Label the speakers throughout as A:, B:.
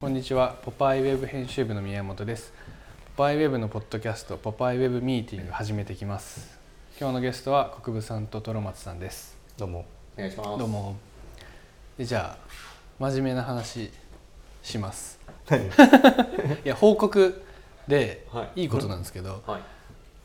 A: こんにちは、ポパイウェブ編集部の宮本です。ポパイウェブのポッドキャスト、ポパイウェブミーティング始めてきます。今日のゲストは国分さんとトロマツさんです。
B: どうも
C: お願いします。
A: どう。も。でじゃあ真面目な話します。
B: 何
A: いや報告で
C: はい
A: いことなんですけど、
C: はい。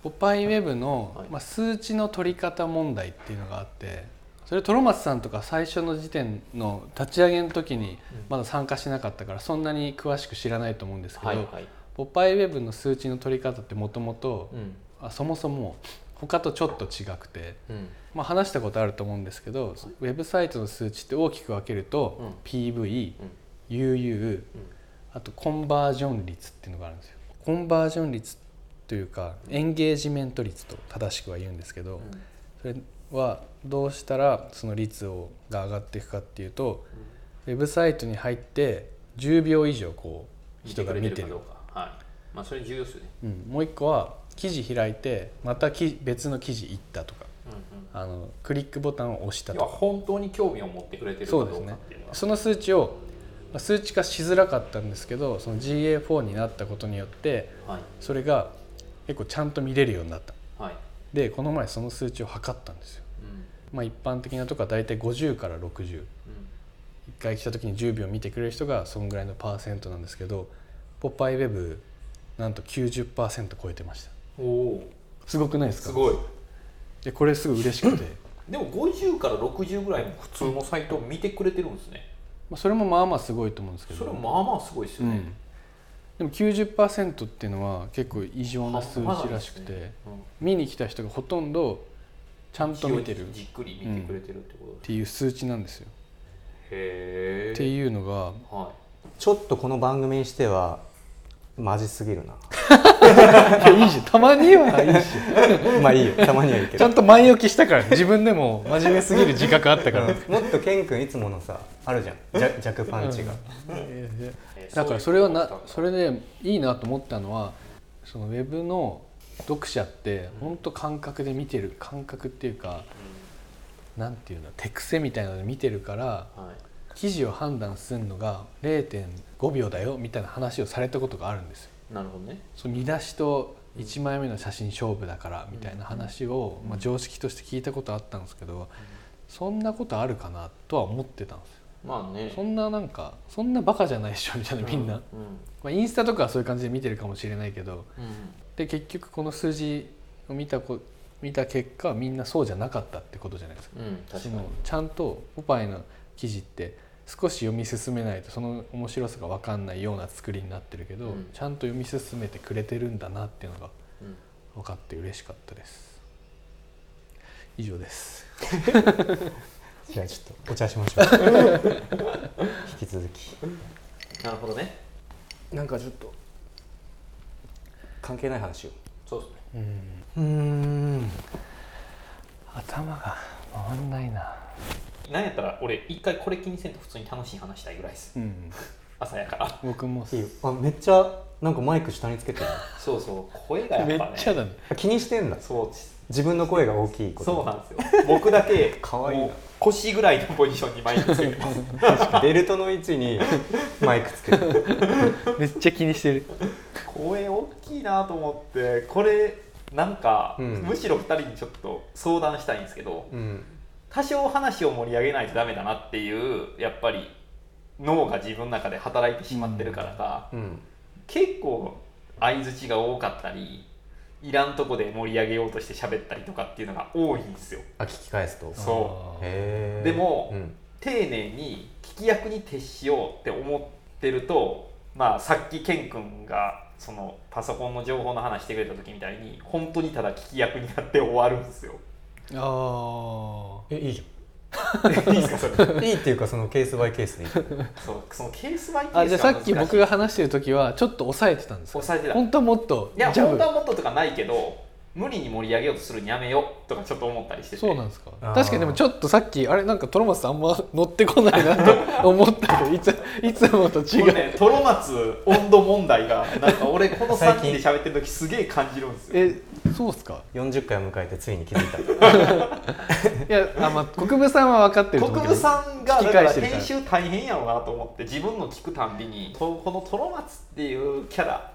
A: ポパイウェブの、
C: はい
A: まあ、数値の取り方問題っていうのがあってそれトロマツさんとか最初の時点の立ち上げの時にまだ参加しなかったからそんなに詳しく知らないと思うんですけど、
C: はいはい。
A: ポパイウェブの数値の取り方ってもともと
C: うん。
A: あそもそも他とちょっと違くて、
C: うん。
A: まあ、話したことあると思うんですけどウェブサイトの数値って大きく分けると、
C: うん
A: PV、
C: うん
A: UU あとコンバージョン率っていうのがあるんですよコンバージョン率というかエンゲージメント率と正しくは言うんですけど、
C: うん。
A: それはどうしたらその率をが上がっていくかっていうと、ウェブサイトに入って10秒以上こう人が見て
C: か
A: る
C: どうか。はい。まあそれ重要ですよね。
A: うん、もう一個は記事開いてまたき別の記事行ったとか
C: うんうん。
A: あのクリックボタンを押した
C: 要は
A: とか
C: 本当に興味を持ってくれてるか
A: そ
C: ど
A: う
C: う
A: です
C: か
A: ね
C: っていうのが。
A: その数値をまあ数値化しづらかったんですけどその GA4 になったことによって
C: はい
A: それが結構ちゃんと見れるようになった
C: はい。
A: でこの前その数値を測ったんですよ、
C: うん
A: まあ、一般的なとこは大体50から60一回来た時に10秒見てくれる人がそんぐらいのパーセントなんですけどポパイウェブなんと90%超えてました
C: うん。おお。
A: すごくないですか
C: すごい。
A: でこれすごい嬉しくて、
C: でも50から60ぐらいの普通のサイトを見てくれてるんですね。
A: まあ、それもまあまあすごいと思うんですけど
C: それもまあまあすごいです
A: う
C: よね
A: ん。、でも90%っていうのは結構異常な数字らしくて、
C: うん
A: 見に来た人がほとんどちゃんと見てるっ
C: じっくり見てくれてるってことです。
A: ていう数値なんですよ。
C: へ
A: って
C: え。
A: いうの が
C: は
B: ちょっとこの番組にしてはマジすぎるな
A: いやいいじゃんたまにはいいし
B: まあいいよたまにはいいけ
A: ちゃ
B: ど
A: んと前置きしたから自分でも真面目すぎる自覚あった から。
B: もっとケン君いつものさあるじゃんじゃ弱パンチが、
C: い。
A: だからそれはな
C: れ。
A: それでいいなと思ったのはそのウェブの読者って本当感覚で見てる感覚っていうかなんていうの手癖みたいなので見てるから
C: うんはい。
A: 記事を判断するのが0.5秒だよみたいな話をされたことがあるんですよ。
C: なるほどね。
A: その見出しと1枚目の写真勝負だからみたいな話を、まあ、常識として聞いたことあったんですけどそんなことあるかなとは思ってたんですよ。
C: まあね。
A: そんななんかそんなバカじゃないでしょみたいなみんな。
C: う
A: まあ、インスタとかはそういう感じで見てるかもしれないけど
C: んうん
A: で結局この数字を見たこ見た結果みんなそうじゃなかったってことじゃないですか。
C: うん、うん、確か
A: そ
C: に
A: のちゃんとポパイの記事って少し読み進めないとその面白さが分かんないような作りになってるけど、
C: うん
A: ちゃんと読み進めてくれてるんだなっていうのが
C: うん
A: 分かって嬉しかったです。以上です。
B: じゃあちょっとお茶しま しょう引き続き
C: なるほどね
B: なんかちょっと関係ない話を
C: そうですね
B: うーん
A: 頭が回んないな。
C: なんやったら俺一回これ気にせんと普通に楽しい話したいぐらいです
A: うん、
C: 朝やから
A: 僕も
B: いいよあめっちゃなんかマイク下につけてる
C: そうそう声がやっ
A: めっ
C: ぱね
A: ちゃだね。
B: あ気にしてんだ
C: そう
B: 自分の声が大きいこと
C: そうなんですよ僕だけ
B: かわいいな
C: もう腰ぐらいのポジションに毎日つけて ます
B: ベルトの位置 にマイクつけてる
A: めっちゃ気にしてる。
C: 声大きいなと思ってこれなんか、
B: うん
C: むしろ二人にちょっと相談したいんですけど
B: うん
C: 多少話を盛り上げないとダメだなっていうやっぱり脳が自分の中で働いてしまってるからか、
B: うん
C: 結構相づちが多かったりいらんとこで盛り上げようとして喋ったりとかっていうのが多いんですよ
B: あ聞き返すと
C: そ
A: あー
B: へー
C: でも
B: うん
C: 丁寧に聞き役に徹しようって思ってるとまあさっきケン君がそのパソコンの情報の話してくれた時みたいに本当にただ聞き役になって終わるん ですよ
A: あ
B: えいいじ
C: いいですかそれそ
B: ゃんいいっていうかそのケースバイケースでいい
C: うそのケースバイケース
A: あ。あじゃあさっき僕
C: が
A: が話してる時はちょっと抑えてたんですか。
C: 抑えてたい
A: 本当はもっとジ
C: や
A: ャ
C: 本
A: ブ
C: 当はもっととかないけど無理に盛り上げようとするのやめようとかちょっと思ったりしてて
A: そうなんですか
B: あー
A: 確かにでもちょっとさっきあれなんかトロマツさんあんま乗ってこないなと思ったけどいついつもと
C: こ
A: 違
C: れ
A: う
C: ねトロマツ温度問題がなんか俺この
B: 最
C: 3人
B: 近
C: で喋ってる時すげえ感じるんですよ
A: えそうっすか
B: 40回を迎えてついに気づいた
A: いやあ、まあ、国分さんは分かってると
C: 国
A: 思うけど
C: 分さんがだか
A: 聞き返
C: ら
A: してるから
C: 編集大変やろうなと思って自分の聞くたんびにとこのトロマツっていうキャラ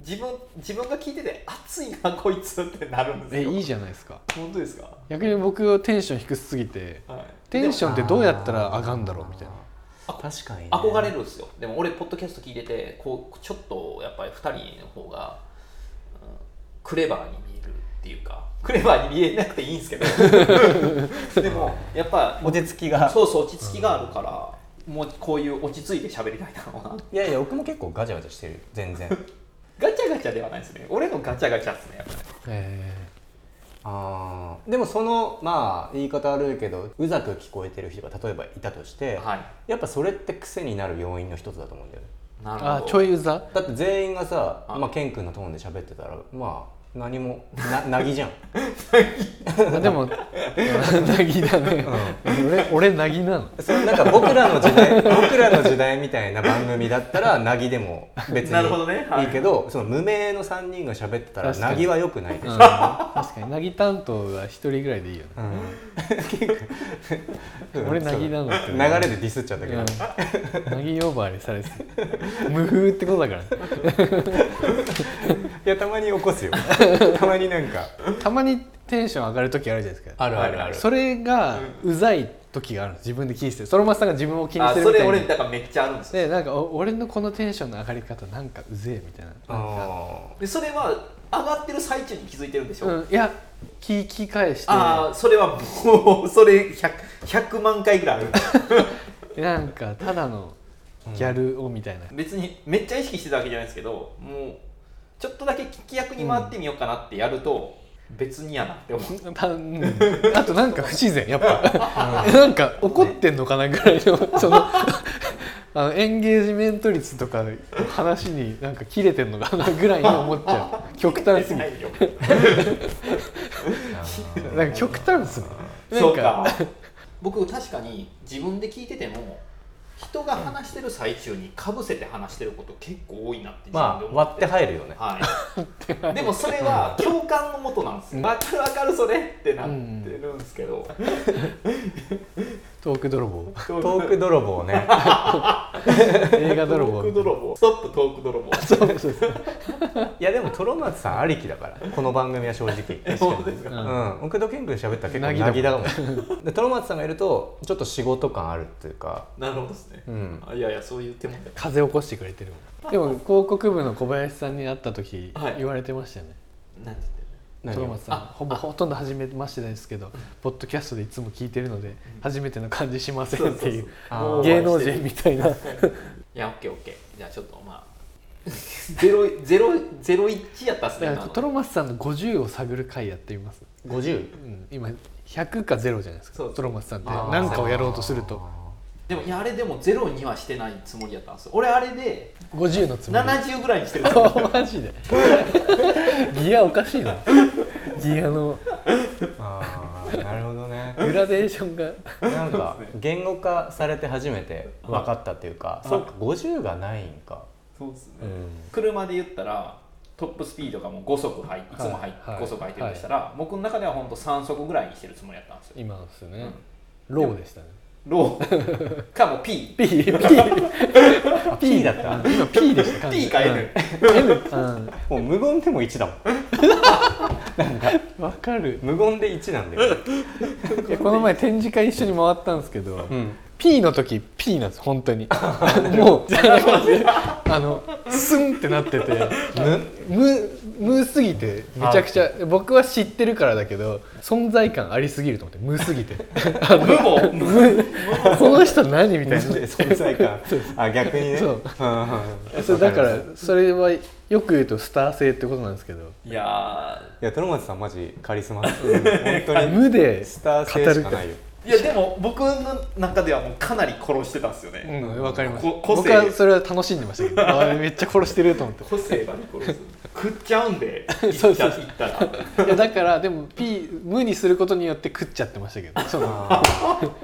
C: 自分自分が聞いてて熱いなこいつってなるんです
A: え
C: よ
A: いいじゃないですか
C: 本当ですか、
A: 逆に僕はテンション低すぎて
C: はい、
A: テンションってどうやったら上がんだろうみたいな
B: あー確かに、ね、
C: 憧れるんですよでも俺ポッドキャスト聞いててこうちょっとやっぱり2人の方が、うんクレバーに見えるっていうかクレバーに見えなくていいんですけどでもやっぱ
B: 落ち着きが
C: そうそう落ち着きがあるから、もうこういう落ち着いて喋りたいだろうない
B: やいや僕も結構ガチャガチャしてる全然
C: ガチャガチャではないですね俺のガチャガチャですねやっぱり
A: え
B: あーでもそのまあ言い方悪いけどうざく聞こえてる人が例えばいたとして、
C: はい
B: やっぱそれって癖になる要因の一つだと思うんだよね
C: な
A: ー、あ
C: るほど
A: ちょいうざ
B: だって全員がさ、
C: はい
B: まあ、ケン君のトーンで喋ってたらまあ何もな なぎじゃん
A: あでも なぎだね、俺俺なぎなの
B: それなんか僕らの時代僕らの時代みたいな番組だったらなぎでも別に
C: なるほどねはい
B: いいけどその無名の3人が喋ってたら
A: 確かに
B: なぎはよくないでし
A: う
B: ょ
A: ん、確かになぎ担当は一人ぐらいでいいよね
B: うん
A: 俺なぎなのって
B: 流れでディスっちゃったけど、
A: うんなぎ呼ばわりされてる無風ってことだからね
B: いやたまに起こすよたまになんか
A: たまにテンション上がる時あるじゃないですか
B: あるあるある
A: それがうざい時があるの自分で気にしてるそのまさんが自分を気にしてるみ
C: あそれ
A: たい
C: 俺
A: に
C: だからめっちゃあるんですよ
A: でなんかお俺のこのテンションの上がり方なんかうぜえみたいななんか
B: あ
C: でそれは上がってる最中に気づいてるんでしょ、
A: うんいや聞き返して
C: ああそれはもうそれ 100, 100万回ぐらいある
A: なんかただのギャルをみたいな、
C: 別にめっちゃ意識してたわけじゃないですけどもうちょっとだけ聞き役に回ってみようかなってやると、別にやなって思う
A: たうんあとなんか不自然やっぱ、なんか怒ってんのかなぐらいのそのあのエンゲージメント率とか話になんか切れてんのかなぐらいに思っちゃう極端すぎ
C: な
A: て
C: いよ
A: なんか極端ですねな
C: そ
A: ん
C: うか僕確かに自分で聞いてても人が話してる最中にかぶせて話してること結構多いなって自分
B: ま
C: で
B: あ
C: 思
B: 割
C: っ、
B: ってて入るよね
C: はい、でもそれは共感のもとなんですよ分かる分かるそれってなってるんですけど、
A: トーク泥棒
C: ト
B: トーク泥棒ね
A: 映画泥棒
C: トーク泥棒ストップトーク泥棒
A: そうそうそう
B: いやでもトロマツさんありきだからこの番組は正直
C: そうですか
B: うん、僕とケン君喋ったら結構
A: なぎだもん
B: なぎだもんでトロマツさんがいるとちょっと仕事感あるっていうか
C: なるほどですね、
B: うん
C: あいやいやそういう手も
A: 風起こしてくれてるもんでも広告部の小林さんに会った時
C: はい
A: 言われてましたよね、
C: なんて言ってる
A: トロマツさん
C: あ
A: ほぼほとんど初めましてですけどポッドキャストでいつも聞いてるので初めての感じしませんっていう
B: そうそうそう
A: 芸能人みたいな
C: いやオッケーオッケーじゃあちょっとまあ ゼロゼロゼロ一やったっすね
A: だ
C: 今
A: から
C: の
A: トロマツさんの50を探る回やってみます、
B: 50
A: うん、今100か0じゃないですか
C: そうそう
A: トロマツさんって
B: あー
A: 何かをやろうとすると
C: でもいやあれでもゼロにはしてないつもりやったんですよ俺あれで
A: 50のつもり
C: 70ぐらいにしてる
A: マジでギアおかしいなギアの
B: あーなるほどね
A: グラデーションが
B: なんか言語化されて初めて分かったっていうかそうか50がないんか
C: そうですね、
B: うん
C: 車で言ったらトップスピードがもう5速入いつも入、っ
A: はい
C: 5速入ってるとしたら、僕の中では本当3速ぐらいにしてるつもりやったんですよ
A: 今のですよね、ローでしたね
C: ロ ーかもう P
A: P, P,
B: あ P だった
A: 今 P でした完全に
C: P か N
A: うん N うん
B: もう無言でも1だもん
A: わかる
B: 無言で1なんだよ、
A: いやこの前展示会一緒に回ったんですけど、
B: ん、
A: P の時 P なんです本当 にもうじゃなくてあのスンってなってて無無すぎてめちゃくちゃ僕は知ってるからだけど存在感ありすぎると思って無すぎてあの
C: 無も無
A: この人何みたいな
B: 存在感あ逆にね
A: そうんそれだか
B: わ
A: ら
B: ります
A: それはよく言うとスター性ってことなんですけど
C: いや
B: いやトロマツさんマジカリスマ、本当に
A: 無で
B: スター
A: 語
B: 性し
A: る
B: か
A: か
B: ないよ
C: いやでも僕の中ではもうかなり殺してたんですよね、
A: うんわかります
C: こ個性
A: 僕はそれは楽しんでました けどあーめっちゃ殺してると思って
C: 個性ばり殺す食っちゃうん で
A: そうそう
C: 行ったら
A: いやだからでも P 無にすることによって食っちゃってましたけどそ の
B: あ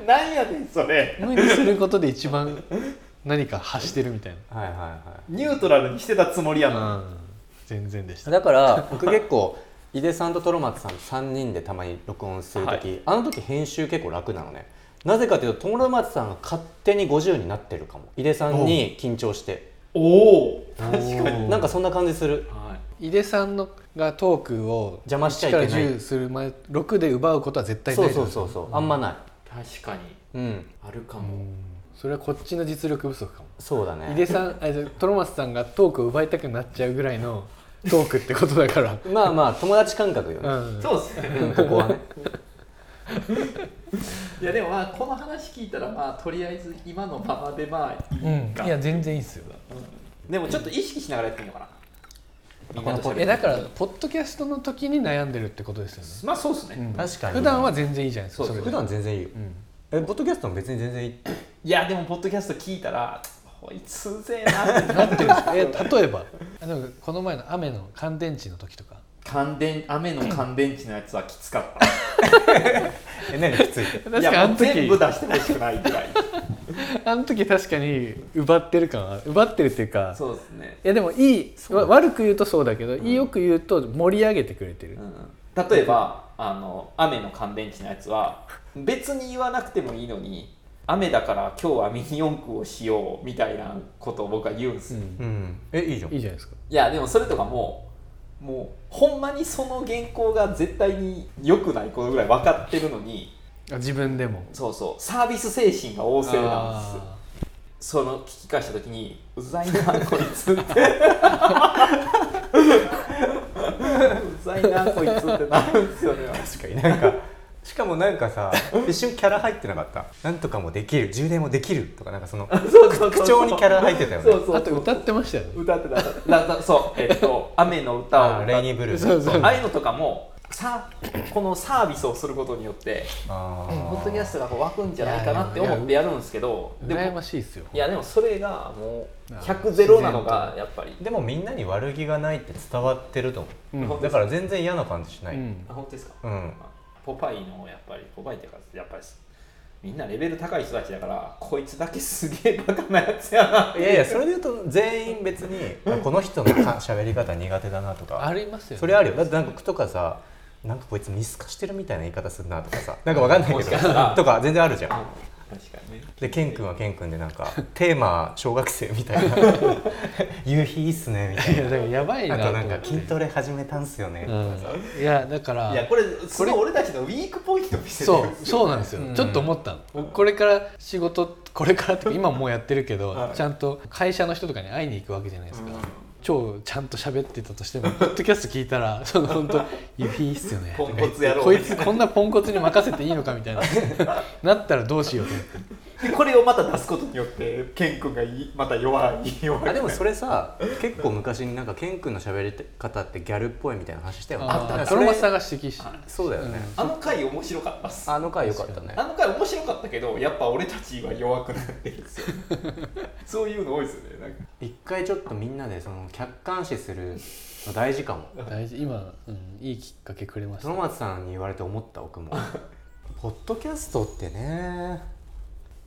C: なんやねんそれ
A: 無にすることで一番何か発してるみたい
B: ーはいはいは
C: ニュートラルにしてたつもりやのに
A: な、うん、全然でし
B: い
A: た
B: だから僕結構井出さんとトロマツさん3人でたまに録音する時、
C: は
B: あの時編集結構楽なのねなぜかというとトロマツさんが勝手に50になってるかも井出さんに緊張して
C: おお確かに
A: おー
B: なんかそんな感じする
C: はい
A: 井出さんのがトークを
B: 邪魔しちゃ
A: 1
B: い
A: か
B: けな
A: ら
B: い
A: 10する前6で奪うことは絶対ない
B: そ
A: うと
B: そ
A: 思
B: うそうそうあんまない
C: 確かに
B: うん
C: あるか
A: う
C: も、
A: んそれはこっちの実力不足かも
B: そうだ
A: 井
B: ね
A: 出さんあじゃあトロマスさんがトークを奪いたくなっちゃうぐらいのトークってことだ から、
B: まあまあ友達感覚よ
A: う
B: ね、
A: ん、
C: そうですね
B: うん、ここはね
C: いやでもまあこの話聞いたらまあとりあえず今のままでまあいいか、
A: いや全然いいっすよ
C: うんでもちょっと意識しながらやってみようかなみんなと喋る
A: えだからポッドキャストの時に悩んでるってことですよね
C: まあそうですね、
A: うん
B: 確かに
A: 普段は全然いいじゃないですか
C: そう
A: れで
B: 普段全然いいよ、
A: うん
B: えポッドキャストも別に全然いい
C: いやでもポッドキャスト聞いたらこいつうぜえな って
A: なってるんですかえ例えば あでもこの前の雨の乾電池の時とか
C: 乾電雨の乾電池のやつはきつか った
B: え 何きついって
A: 確か
C: い
A: に
C: や
A: あ
C: も
A: の
C: う全
A: 時
C: 部出してほしくないぐらい
A: あの時確かに奪ってる感は奪ってるっていうか
C: そうですね、
A: いやでもいいわ悪く言うとそうだけど、いいよく言うと盛り上げてくれてる、
C: うん、例えばあの雨の乾電池のやつは別に言わなくてもいいのに雨だから今日はミニ四駆をしようみたいなことを僕は言うんですよ、
B: うんえいいじゃん
A: いいじゃないですか
C: いやでもそれとかもうもうほんまにその原稿が絶対に良くないことぐらい分かってるのに
A: あ自分でも
C: そうそうサービス精神が旺盛なんです
A: あ
C: その聞き返した時にうざいなこいつってうざいなこいつってなるんですよね
B: 確かになんかしかもなんかさ一瞬キャラ入ってなかったなんとかもできる充電もできるとかなんかその
C: そうそうそう
B: 口調にキャラ入ってたよね
C: そうそうそう
A: あと歌ってましたよね
C: 歌ってた歌ってただだそうえっと雨の歌を
B: あ
C: 歌
B: レ
C: っ
B: イニーブルー
A: そう
C: そうああいうのとかもさこのサービスをすることによって
B: あ
C: ポッドキャス
B: ト
C: トがこう湧くんじゃないかなって思ってやるんですけどで
A: 羨ま
C: も
A: しいですよ
C: いやでもそれがもう
A: あー
C: 100ゼロなのがやっぱり
B: でもみんなに悪気がないって伝わってると思
A: うん
B: う、だから全然嫌な感じしない、
A: うん
C: あ本当ですか、
B: うん
C: ポパイのやっぱりポパイっていうかやっぱりみんなレベル高い人たちだからこいつだけすげえバカなやつやない
B: やいやそれで言うと全員別にあこの人のか喋り方苦手だなとか
A: ありますよね
B: それあるよだってなんか句とかさなんかこいつ見透かしてるみたいな言い方するなとかさなんかわかんないけ
C: もし
B: ど
C: かしたら
B: とか全然あるじゃん
C: 確かにね
B: でケン君はケン君でなん かテーマ小学生み たいな夕日いいっすねみ た
A: いやだからやばい
B: いな
A: な
B: あとなん
A: 思っ
B: か
A: て
B: 筋トレ始めたんすよねとかさ、
A: うんいやだから
C: いやこれすごい俺たちのウィークポイント見せてる
A: そうそうなんですよ、
B: うん
A: ちょっと思ったの僕これから仕事これからって今もうやってるけど、
C: はい
A: ちゃんと会社の人とかに会いに行くわけじゃないですか、超ちゃんと喋ってたとしてもポッドキャスト聞いたらその本当指いいっすよね」
C: ポンコツ野郎
A: こいつこんなポンコツに任せていいのかみたいななったらどうしようと思って
C: でこれをまた出すことによってケン君がいいまた弱い弱い
B: あでもそれさ結構昔になんかケン君の喋り方ってギャルっぽいみたいな話したよね
A: あ
B: だから
A: トロマスさんが指摘して
B: そうだよね、
C: あの回面白かったっすあ
B: あの回良かったね
C: の回面白かったけどやっぱ俺たちは弱くなってるん ですよそういうの多いですよねなんか
B: 一回ちょっとみんなでその客観視するの大事かも
A: 大事今、うん、いいきっかけくれました
B: 園松さんに言われて思った僕も ポッドキャストってね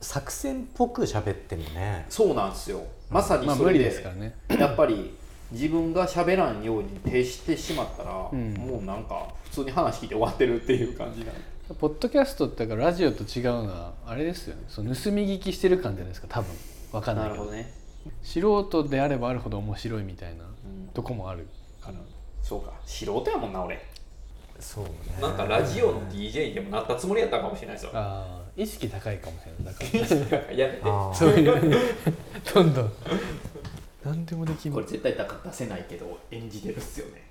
B: 作戦っぽく喋ってもね
C: そうなんですよまさに
A: まあ
C: そ
A: 無
C: れ
A: 理
C: で,、
A: ですからね
C: やっぱり自分が喋らんように徹してしまったら、
A: うん
C: もうなんか普通に話聞いて終わってるっていう感じなんで
A: ポッドキャストってだからラジオと違うのはあれですよねその盗み聞きしてる感じゃないですか多分わかんないけど
C: ね、
A: 素人であればあるほど面白いみたいな
C: うん
A: とこもあるかな、
C: そうか素人やもんな俺
B: そうね
C: なんかラジオの DJ でもなったつもりやったかもしれないですよ
A: あー意識高いかもしれないだから
C: やめて
B: あー
A: そういうどんどん何でもできる
C: これ絶対出せないけど演じてるっすよ ね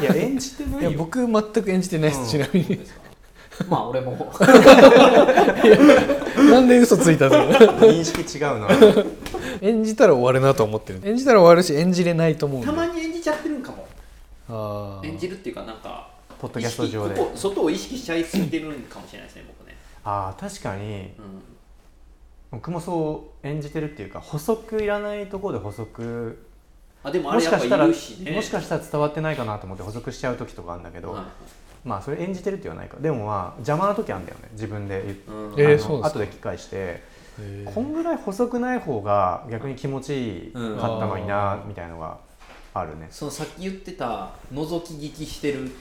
B: いや演じてない
A: いや僕全く演じてないです、
B: うん
A: ちなみに
C: まあ俺も
A: なんで嘘ついたの
B: 認識違うな
A: 演じたら終わるなと思ってる演じたら終わるし演じれないと思うんで
C: たまに演じちゃってるんかも
A: あー
C: 演じるっていうかなんか
B: ポッドキャスト上で
C: 意識ここ外を意識しちゃいすぎてるんかもしれないですね僕ね
B: ああ確かに
C: うん
B: 僕もそう演じてるっていうか補足いらないところで補足
C: あでもあ
B: も
C: れ
B: し
C: やっ
B: か
C: ぱ
B: したら
C: い
B: も
C: るしね
B: しかしたら伝わってないかなと思って補足しちゃう時とかあるんだけど、
C: はい
B: まあそれ演じてるって言わないかでもまあ邪魔な時あるんだよね自分で言って
C: うん
A: えーそうで
B: あの
A: すか
B: 後で聞き返して
A: へー
B: こんぐらい細くない方が逆に気持ちいいかったのにな、
A: うん
B: みたいのがあるね
C: そのさっき言ってた覗き聞きしてる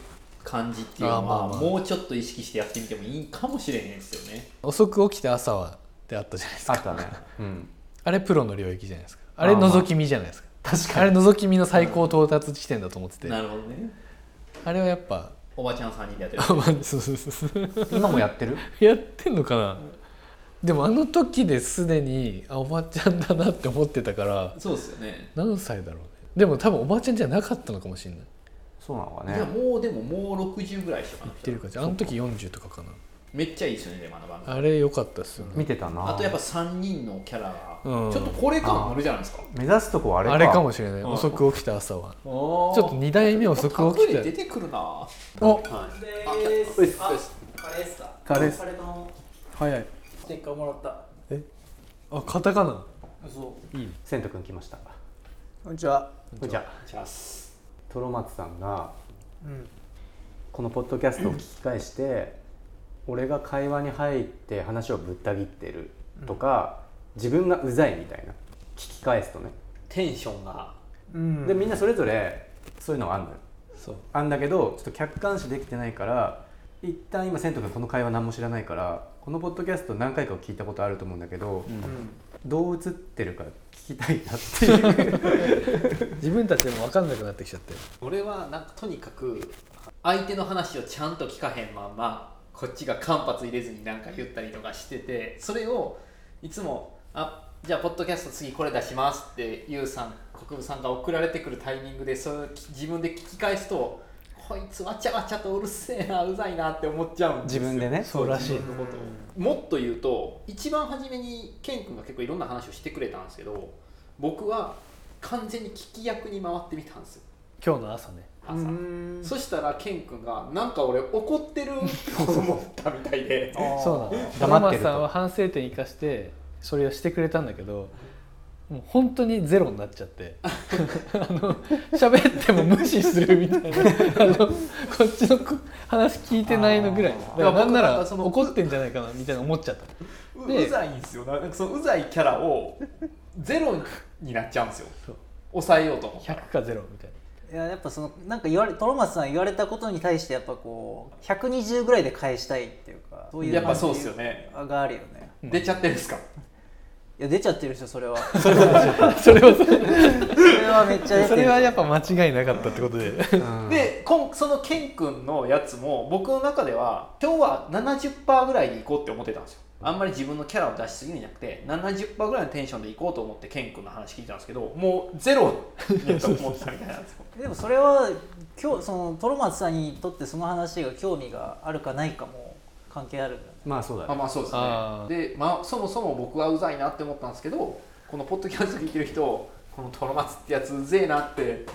C: 感じっていうのは
A: あーまあまあ
C: もうちょっと意識してやってみてもいいかもしれへんですよね
A: 遅く起きて朝はってあったじゃないです
B: あ
A: か
B: ったね、うん、
A: あれプロの領域じゃないですかあれ
B: あーまあ
A: 覗き見じゃないですか
B: 確
A: あれ覗き見の最高到達地点だと思ってて
C: なるほどね
A: あれはやっぱ
C: おばちゃん3人でやってる
A: あまあそうそうそうそう
B: 今もやってる
A: やってんのかなでもあの時ですでにあおばちゃんだなって思ってたから
C: そうですよね
A: 何歳だろうねでも多分おばちゃんじゃなかったのかもしれない
B: そうなのか
C: いや
B: ね
C: もうでももう60ぐらいでしょかな
A: 言ってるかじゃああの時40とかかな
C: めっちゃいいですよねでもあの番組
A: あれ良かったっすよね
B: 見てたな
C: あとやっぱ3人のキャラがち
A: う
C: ょ
A: ん
C: っとこれ感あるじゃないですか
B: 目指すとこはあ
A: あ
B: れ
A: れ
B: か
A: かもしれない
C: うん
A: 遅く起きた朝は
C: ち
A: ち
C: ょ
A: ょっと2代目遅く起き
C: 出
A: て
C: てくるなは
A: お
C: い
D: でーす。あ、カレーっすか。
A: カレーっす
D: カレーの
A: 早い
D: ステッカーもらった。
A: あカタカナ
D: そ
B: せんとくん来ました
A: こんにちは
B: じゃあ
C: チャンス
B: トロマツさんが
D: う。うん。
B: このポッドキャストを聞き返して俺が会話に入って話をぶった切ってるとか、自分がうざいみたいな聞き返すとね、
C: テンションが
D: うん
B: でみんなそれぞれそういうのがあるのよ
A: そう
B: あんだけどちょっと客観視できてないから一旦今千斗君この会話何も知らないからこのポッドキャスト何回か聞いたことあると思うんだけど、どう映ってるか聞きたいなっていう
A: 自分たちでも分かんなくなってきちゃって
C: 俺はなんかとにかく相手の話をちゃんと聞かへんまんまこっちが間髪入れずになんか言ったりとかしててそれをいつも「あじゃあポッドキャスト次これ出します」ってゆうさん国分さんが送られてくるタイミングでそれを自分で聞き返すとこいつわちゃわちゃとうるせえなうざいなって思っちゃうんです
B: 自
C: よ
B: 分でね
A: そうらしい
C: 自分のことをもっと言うと一番初めにケン君が結構いろんな話をしてくれたんですけど僕は完全に聞き役に回ってみたんですよ
A: 今日の朝ね
C: 朝。そしたらケン君がなんか俺怒って ると思ったみたいで
A: そうなのよ
B: 黙ってると
A: ママさんは反省点生かしてそれをしてくれたんだけどもう本当にゼロになっちゃって あの喋っても無視するみたいなあのこっちのこ話聞いてないのぐらいだ
C: あー
A: からなんな
C: 僕なん
A: ら
C: かその
A: 怒ってんじゃないかなみたいな思っちゃった
C: う
A: で
C: うざいんですよななんかそのうざいキャラをゼロになっちゃうんですよ
A: そう
C: 抑えようと思ったら
A: 100かゼロみたいない
D: ややっぱそのなんか言われトロマツさん言われたことに対してやっぱこう120ぐらいで返したいっていうかそういう
C: やっぱそうっすよね
D: 感じがあるよね。
C: 出ちゃってるんですか
D: いや出ちゃってるでしょそれは。そ
A: それはそ
D: れはめっちゃ
A: れ
D: 出てる。
A: それはやっぱ間違いなかったってことで
C: でこんそのケン君のやつも僕の中では今日は70%ぐらいでいこうって思ってたんですよあんまり自分のキャラを出しすぎるんじゃなくて70%ぐらいのテンションでいこうと思ってケン君の話聞いたんですけどもうゼロやと思ったみたいなんですよ
D: でもそれは今日そのトロマツさんにとってその話が興味があるかないかも関係あるんだよね。
B: まあそうだ
C: あ
B: ね
C: まあそうです
A: あ
C: ねで、まあ、そもそも僕はうざいなって思ったんですけどこのポッドキャスト聞いてる人このトロマツってやつうぜえなって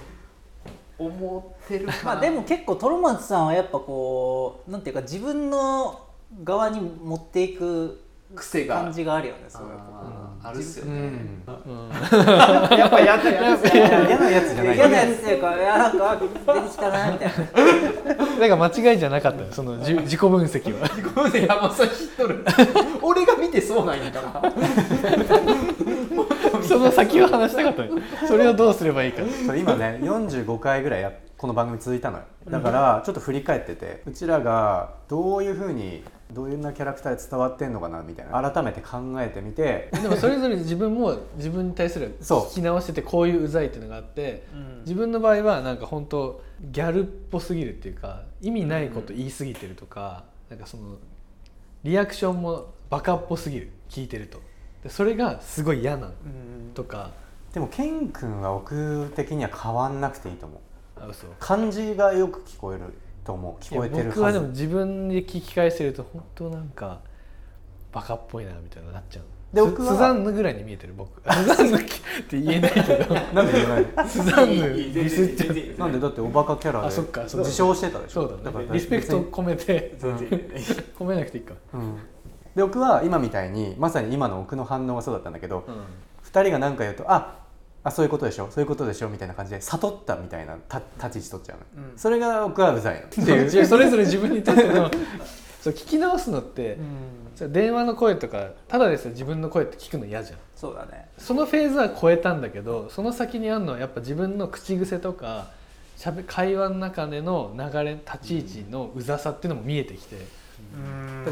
C: 思ってるかな
D: まあでも結構トロマツさんはやっぱこうなんていうか自分の側に持っていく
C: 癖が
D: 感じがあるよねすごい
C: あーあるっすよ
B: う
C: ね、
B: ん
C: やっぱやだやだや だ
B: 嫌なやつじゃない
D: 嫌なやつっていうかいやなんかあ出てきたなみたいな
A: だから間違いじゃなかったよそのじ自己分析は
C: ごめんね山崎知っとる俺が見てそうなんやから
A: その先を話したかったのよそれをどうすればいいか
B: それ今ね45回ぐらいやこの番組続いたのよだからちょっと振り返っててうちらがどういうふうにどういうなキャラクターで伝わってんのかなみたいな改めて考えてみて
A: でもそれぞれ自分も自分に対する
B: そう
A: 聞き直しててこういううざいっていうのがあって、
D: うん
A: 自分の場合はなんか本当ギャルっぽすぎるっていうか意味ないこと言いすぎてるとか、なんかそのリアクションもバカっぽすぎる聞いてるとでそれがすごい嫌なのとか、
B: でもケン君は僕的には変わんなくていいと思う
A: あ嘘
B: 漢字がよく聞こえると思う聞こえて
A: いや
B: る
A: 僕は
B: は
A: でも
B: ず
A: 自分で聞き返してると本当なんかバカっぽいなみたいななっちゃう
B: で
A: ス
B: 僕は
A: スザンヌぐらいに見えてる僕スザンヌって言えないけど
B: なんで言えない
A: スザンヌ
C: いい
A: ディスっちゃう
B: のなんでだっておバカキャラで
A: あそっかそうだ
B: 自称してたでし
A: そ
B: ょ
A: うだね。リスペクトを込めて、
B: うん
A: 込めなくていいか。
B: うんで僕は今みたいにまさに今の奥の反応はそうだったんだけど、2人が何か言うと「ああそういうことでしょそういうことでしょ」みたいな感じで悟ったみたいなた立ち位置取っちゃうの、
D: うん
B: それが僕はうざい のって
A: って
B: い
A: いううそれぞれ自分にとってのそう聞き直すのって
D: う、ん
A: じゃあ電話の声とかただでさえ自分の声って聞くの嫌じゃん
D: そうだね
A: そのフェーズは超えたんだけどその先にあるのはやっぱ自分の口癖とかしゃべ会話の中での流れ立ち位置のうざさっていうのも見えてきて、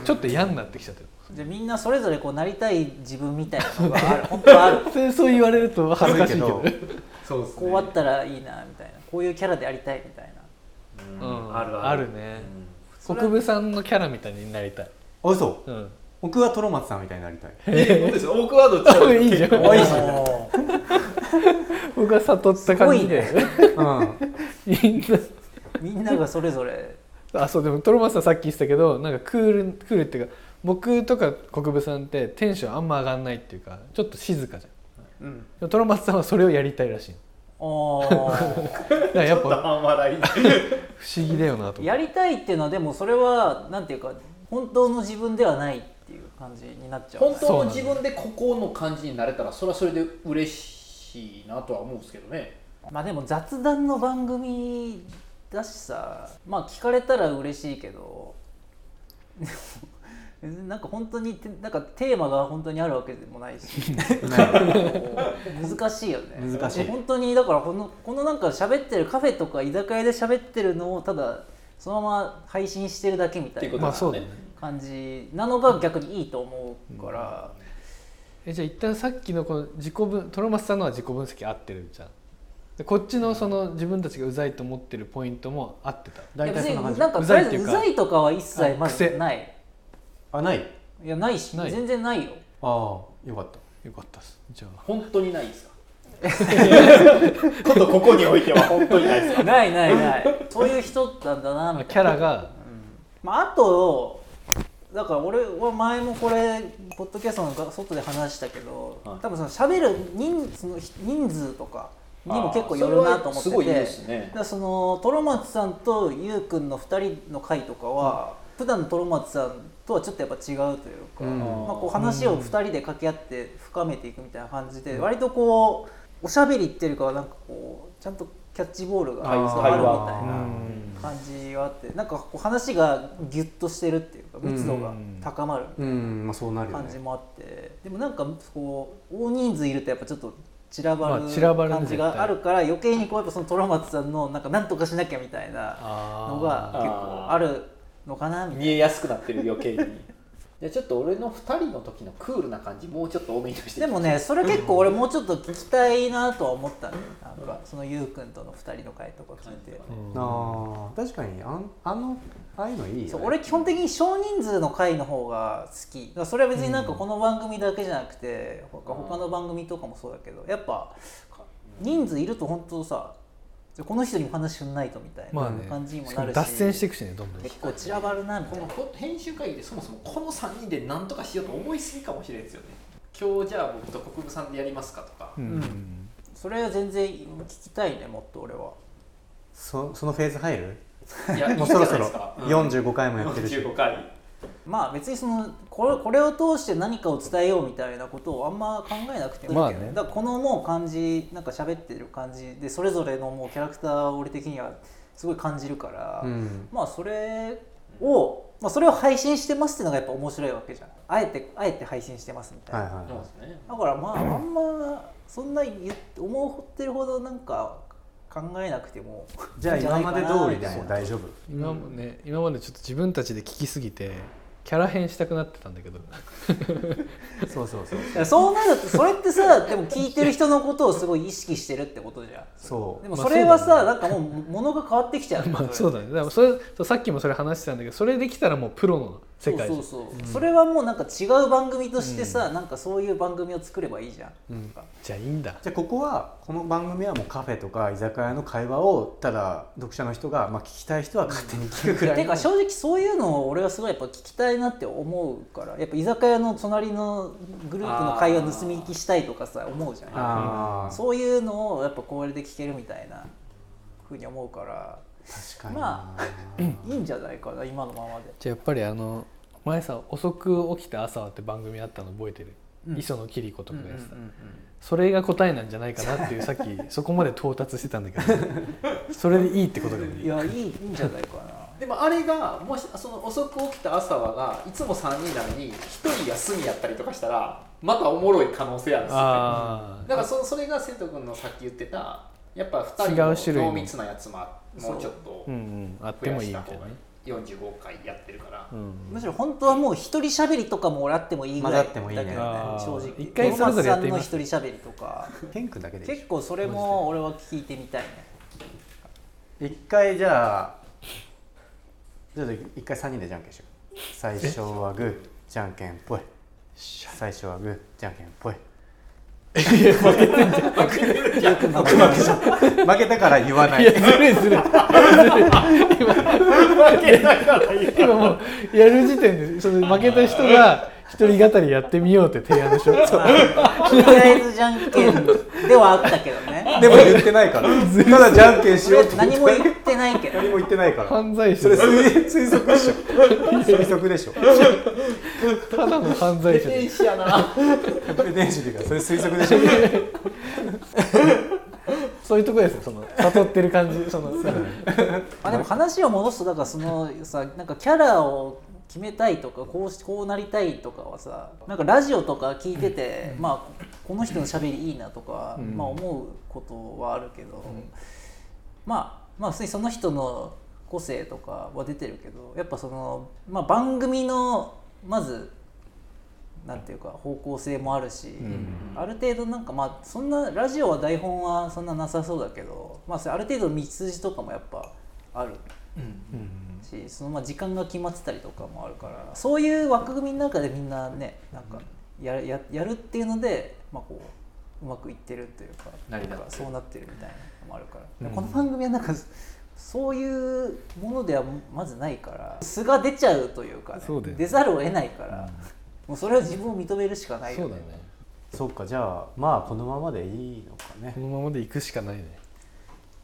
A: ちょっと嫌になってきちゃってる、
D: じゃあみんなそれぞれこうなりたい自分みたいなのがある本当はある
A: そうそう言われると恥ずかしいけど
B: 軽いけそうで
D: こうあったらいいなみたいなこういうキャラでありたいみたいな
A: う
C: うん
A: ん
C: あるある
A: あるね、国分さんのキャラみたいになりたい、
B: あ嘘
A: うん、
B: 僕はトロマツさんみたいにな りたい
C: そうですよ僕はどっちかという
A: い
C: と
A: いじゃん
C: 結構
A: いい
D: もう
A: 僕が悟った感じで、
B: うん、
A: みんな
D: みんながそれぞれ
A: あそうでもトロマスさんさっき言ってたけどなんかクールクールっていうか僕とか国分さんってテンションあんま上がんないっていうかちょっと静かじゃん
D: うん
A: でもトロマスさんはそれをやりたいらしいの
D: お
A: だからやっぱ
C: 半笑い
A: 不思議だよなと思
D: や
A: って
D: りたいっていうのはでもそれはなんていうか本当の自分ではないっていう感じになっちゃう
E: 本当の自分でここの感じになれたらそれはそれで嬉しいなとは思うんですけどね
D: まあでも雑談の番組だしさまあ聞かれたら嬉しいけどでもなんか本当にてなんかテーマが本当にあるわけでもないし難しいよね
B: 難しい
D: 本当にだからこのこのなんか喋ってるカフェとか居酒屋で喋ってるのをただそのまま配信してるだけみたい
A: ま
D: な
A: あそうだね
D: 感じなのが逆にいいと思うから、
A: えじゃあ一旦さっきのこの自己分トロマスさんのは自己分析合ってるじゃんでこっちのその自分たちがうざいと思ってるポイントも合ってた
B: 大体そんな感じ
D: いや別になんか
A: う
D: う
A: ざ
D: ざ
A: い
D: い
A: っていうか
D: とかは一切ま
A: 癖
D: ずない
B: あない
D: いやないし
A: ない
D: 全然ないよ
B: ああよかった
A: よかったっすじゃあ
E: 本当にない ですか
C: ことここにおいては本当にないですか
D: ないないないそういう人なんだなみたいな
A: キャラが
D: まあ、あとだから俺は前もこれポッドキャストの外で話したけど、
E: はい
D: 多分その喋る人その人数とか にも結構よるなと
E: それ
D: 思ってて
E: はすごいいいですね
D: だからそのトロマツさんとゆうくんの2人の回とかは、普段のトロマツさんとはちょっとやっぱ違うというか、
B: うん
D: まあ、こう話を2人で掛け合って深めていくみたいな感じで、割とこうおしゃべりっていうよりかはなんかこうちゃんとキャッチボールがあ
B: あ
D: る
B: ー
D: みたい
B: あー
D: な。感じはあってなんかこう話がギュッとしてるっていうか密度が高まる
B: うんまあそうなるよ
D: 感じ
B: ね
D: もあって、でもなんかこう大人数いるとやっぱちょっと散らば
A: まあ散らば
D: る
A: るね
D: 感じ
A: 絶
D: が
A: 対
D: あるから余計にこうやっぱその虎松さんのなんかなんとかしなきゃみたいなのが
A: あ
D: 結構あるのかなみたい
E: 見えやすくなってる余計にじゃあちょっと俺の2人の時のクールな感じもうちょっと多めに出して
D: なでもねそれ結構俺もうちょっと聞きたいなとは思ったねなんかそのゆうくんとの2人の会とか聞いて。
B: ああ確かにあんあのああいうのいいよ、ね、
D: そう俺基本的に少人数の回の方が好きだからそれは別になんかこの番組だけじゃなくて、他他の番組とかもそうだけどやっぱ人数いると本当さじゃあこの人にも話しないとみたい
A: まあ
D: な
A: ね
D: 感じにも
A: し
D: な
A: か
D: る
A: も
D: し,、
A: 脱線していくしねどんどん
D: 結構散らばるなみた
E: こ
D: いな
E: のこ編集会議でそもそもこの3人で何とかしようと思いすぎかもしれんですよね今日じゃあ僕と国分さんでやりますかと か、
A: うん
D: それは全然聞きたいねもっと俺は
B: そそのフェーズ入る
E: いやいいん
B: もう
E: じゃ
B: そ
E: ないで
B: ろそろ
E: すか、
B: 45回もやってるし
C: 45回
D: まあ別にそのこれこれを通して何かを伝えようみたいなことをあんま考えなくてもいいけど、
A: まあね
D: だからこのもう感じなんか喋ってる感じでそれぞれのもうキャラクターを俺的にはすごい感じるから、
B: うん
D: まあそれを、まあ、それを配信してますっていうのがやっぱ面白いわけじゃんあえてあえて配信してますみたいな、
B: はいはい
E: うんそう
B: は
E: ですね
D: だからまああんまそんな言って思ってるほどなんか考えなくても
B: いじゃあ
D: いいんじゃな
B: 今
D: いか
B: ま
D: な
B: で通りでも大丈夫
A: 今もね今までちょっと自分たちで聞きすぎてキャラ変したくなってたんだけど
B: そうそうそう
D: いやそうなるとそれってさでも聞いてる人のことをすごい意識してるってことじゃん
B: そ
D: で
B: う
D: も
A: まあ
D: それは
A: そうだ
D: さ、なんかもう物が変わってきちゃう
A: まあそうだねでもそれそうさっきもそれ話してたんだけどそれできたらもうプロの世界
D: そうそうそう、それはもうなんか違う番組としてさ、なんかそういう番組を作ればいいじゃん、
B: うん
A: じゃあいいんだ
B: じゃあここはこの番組はもうカフェとか居酒屋の会話をただ読者の人が、まあ、聞きたい人は勝手に聞くくらい
D: て
B: の
D: か正直そういうのを俺はすごいやっぱ聞きたいなって思うからやっぱ居酒屋の隣のグループの会話盗み聞きしたいとかさ思うじゃん
B: ああ
D: そういうのをやっぱこれで聞けるみたいなふうに思うから
B: 確かにな、
D: まいいんじゃないかな今のままで
A: じゃあやっぱりあの前さ「遅く起きた朝は」って番組あったの覚えてる、
C: うん
A: 磯野桐子とかがやってた、
C: うんうんうん
A: それが答えなんじゃないかなっていうさっきそこまで到達してたんだけどそれでいいってことだよ
D: い
A: ね
D: やいいいいんじゃないかな
C: でもあれがもしその遅く起きた朝はがいつも3人なのに1人が隅やったりとかしたらまたおもろい可能性あるんですよね
A: あ
C: だからそそれが瀬戸君のさっき言ってたやっぱ2
A: 違う
C: 人
A: 種類
C: の
A: の
C: 濃密なやつもあもうちょっと
A: あうんうんあっ
C: 増
A: て
C: や
A: もい
C: し
A: い
C: た
A: みた
C: 方
A: いな
C: が
A: ね
C: 45回やってるから
A: うん
D: むしろ本当はもう一人喋りとかもらってもいいぐら
B: 混
D: い
B: ざってもいいね
D: だけど
A: あー
D: 正直
A: 一回それぞれやってみ
D: 小
A: ま
D: 松
A: す
D: さんの一人喋りとか
B: ケン君だけでいい
D: 結構それも俺は聞いてみたいね
B: 一回じゃあちょっと一回3人でじゃんけんしよう最初はグーじゃんけんぽい最初はグーじゃんけんぽい負けたから言わないい
A: やずるいずるい今今もうやる時点でその負けた人が一人語りやってみようって提案でしょ
D: とりあえずじゃんけんではあったけどね
B: でも言ってないからただじゃんけん しようって言っ
D: 何
B: て
D: も言ってないけど
B: 何も言ってないから
A: 犯罪
B: そ
A: 者
B: れ
A: だ
B: 推推測でしょ推測でしょ
A: ただの犯罪者だよ
C: やな
B: で電子でからそれ推測でしょ
A: そういうとこですよその悟ってる感じその
D: まあでも話を戻すとだからそのさなんかキャラを決めたいとかこうしこうなりたいとかはさなんかラジオとか聞いてて、まあこの人のしゃべりいいなとか、
A: うん
D: まあ思うことはあるけど、まあまあ普通にその人の個性とかは出てるけどやっぱその、まあ、番組のまずなんていうか方向性もあるし、ある程度なんかまあそんなラジオは台本はそんななさそうだけど、まあ、それある程度の道筋とかもやっぱあるしそのまあ時間が決まってたりとかもあるからそういう枠組みの中でみんなねなんかやややるっていうので、まあ、こううまくいってるというか
C: 成り立ってる
D: んかそうなってるみたいなのもあるから、
A: うん
D: この番組はなんかそういうものではまずないから素が出ちゃうというか、ね
A: そうだよね
D: 出ざるを得ないから、もうそれは自分を認めるしかない
A: そ
D: よ
A: うだ
D: ね
A: ね。
B: そうかじゃあまあこのままでいいのかね
A: このままで行くしかないね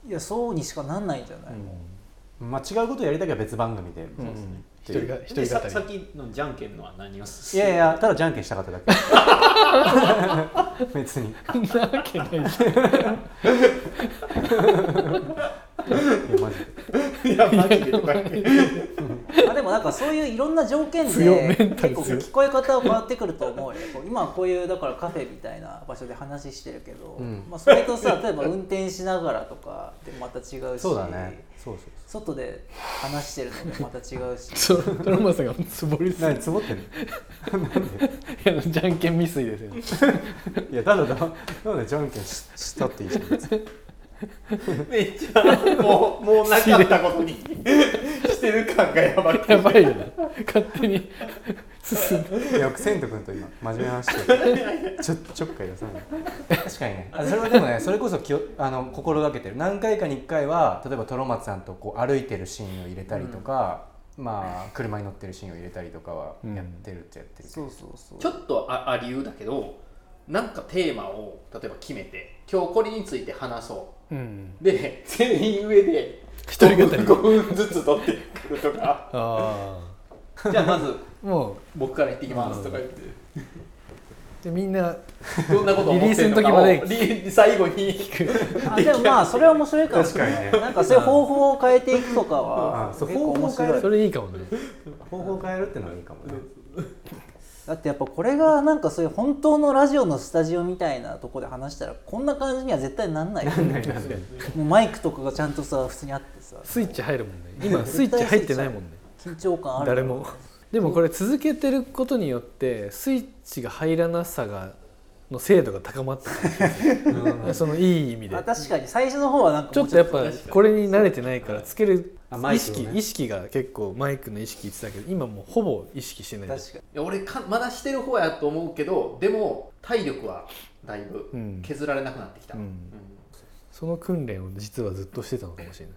D: いやそうにしかなんないんじゃない、
B: まあ違うことやりたきゃ別番組で
A: うん
B: って
A: 一
B: いう
A: 人が一人
C: でさ
A: 語り
C: さっきのじゃんけんのは何をす
B: いやいやただじゃんけんしたかっただけ 別に
A: そんなわけないじゃん
B: いやマジで
C: いやマジでとか言って
D: あでもなんかそういういろんな条件で
A: 強いメンタル
D: 結構
A: 強い
D: 聞こえ方は変わってくると思うよこう今はこういうだからカフェみたいな場所で話してるけど、
B: うん
D: まあ、それとさ例えば運転しながらとかでまた違うし
B: そうだねそうそうそ
D: 外で話してるのでまた違うし
A: そうトラマさんがつぼり
B: う
A: す
B: 何
A: ぎ
B: つぼってんの
A: ていやじゃんけん未遂ですよね
B: いやただだなんでじゃんけんししたっていいじゃん別に
C: めっちゃもうもうなかったことに してる感がやばい
A: やばいよね勝手に進んで
B: いや千斗君と今真面目な話してるちょちょっかい出さない確かにねあそれはでもねそれこそ気をあの心がけてる何回かに1回は例えばトロマツさんとこう歩いてるシーンを入れたりとか、まあ車に乗ってるシーンを入れたりとかは
A: うん
B: やってるっちゃやってるけど、
D: そうそうそう
C: ちょっとあありうだけどなんかテーマを例えば決めて今日これについて話そ
A: う
C: う
A: ん
C: で全員上で
A: 一人語り
C: 5分ずつ取ってくるとか
A: あ
C: じゃあまず
A: あも
C: 僕から行ってきますとか言って
A: うでみんな
C: どんなことを思ってるのかを
A: リリースの時
C: リ最後に聞く
D: あでもまあそれは面白いかもし
B: 確
D: れ
B: か
D: ない
B: にね
D: なんかそういう方法を変えていくとかは
B: あそう
D: 結構面白い
A: それいいかもね
B: 方法変えるってのはいいかもね
D: だってやっぱこれがなんかそういう本当のラジオのスタジオみたいなとこで話したらこんな感じには絶対なんないよねもうマイクとかがちゃんとさ普通にあってさ
A: スイッチ入るもん ね今スイッチ入ってないもんね
D: 緊張感ある
A: 誰もでもこれ続けてることによってスイッチが入らなさがの精度が高まってくる、そのいい意味で
D: あ確かに最初の方はなんか
A: ちょっとやっぱこれに慣れてないからつける
B: あマイ
A: 意
B: クを
A: 識、
B: ね
A: 意識が結構マイクの意識言ってたけど今もうほぼ意識してない
D: 確かに
C: 俺かまだしてる方やと思うけどでも体力はだいぶ
A: うん
C: 削られなくなってきた、
A: う
C: うんん
A: その訓練を実はずっとしてたのかもしれない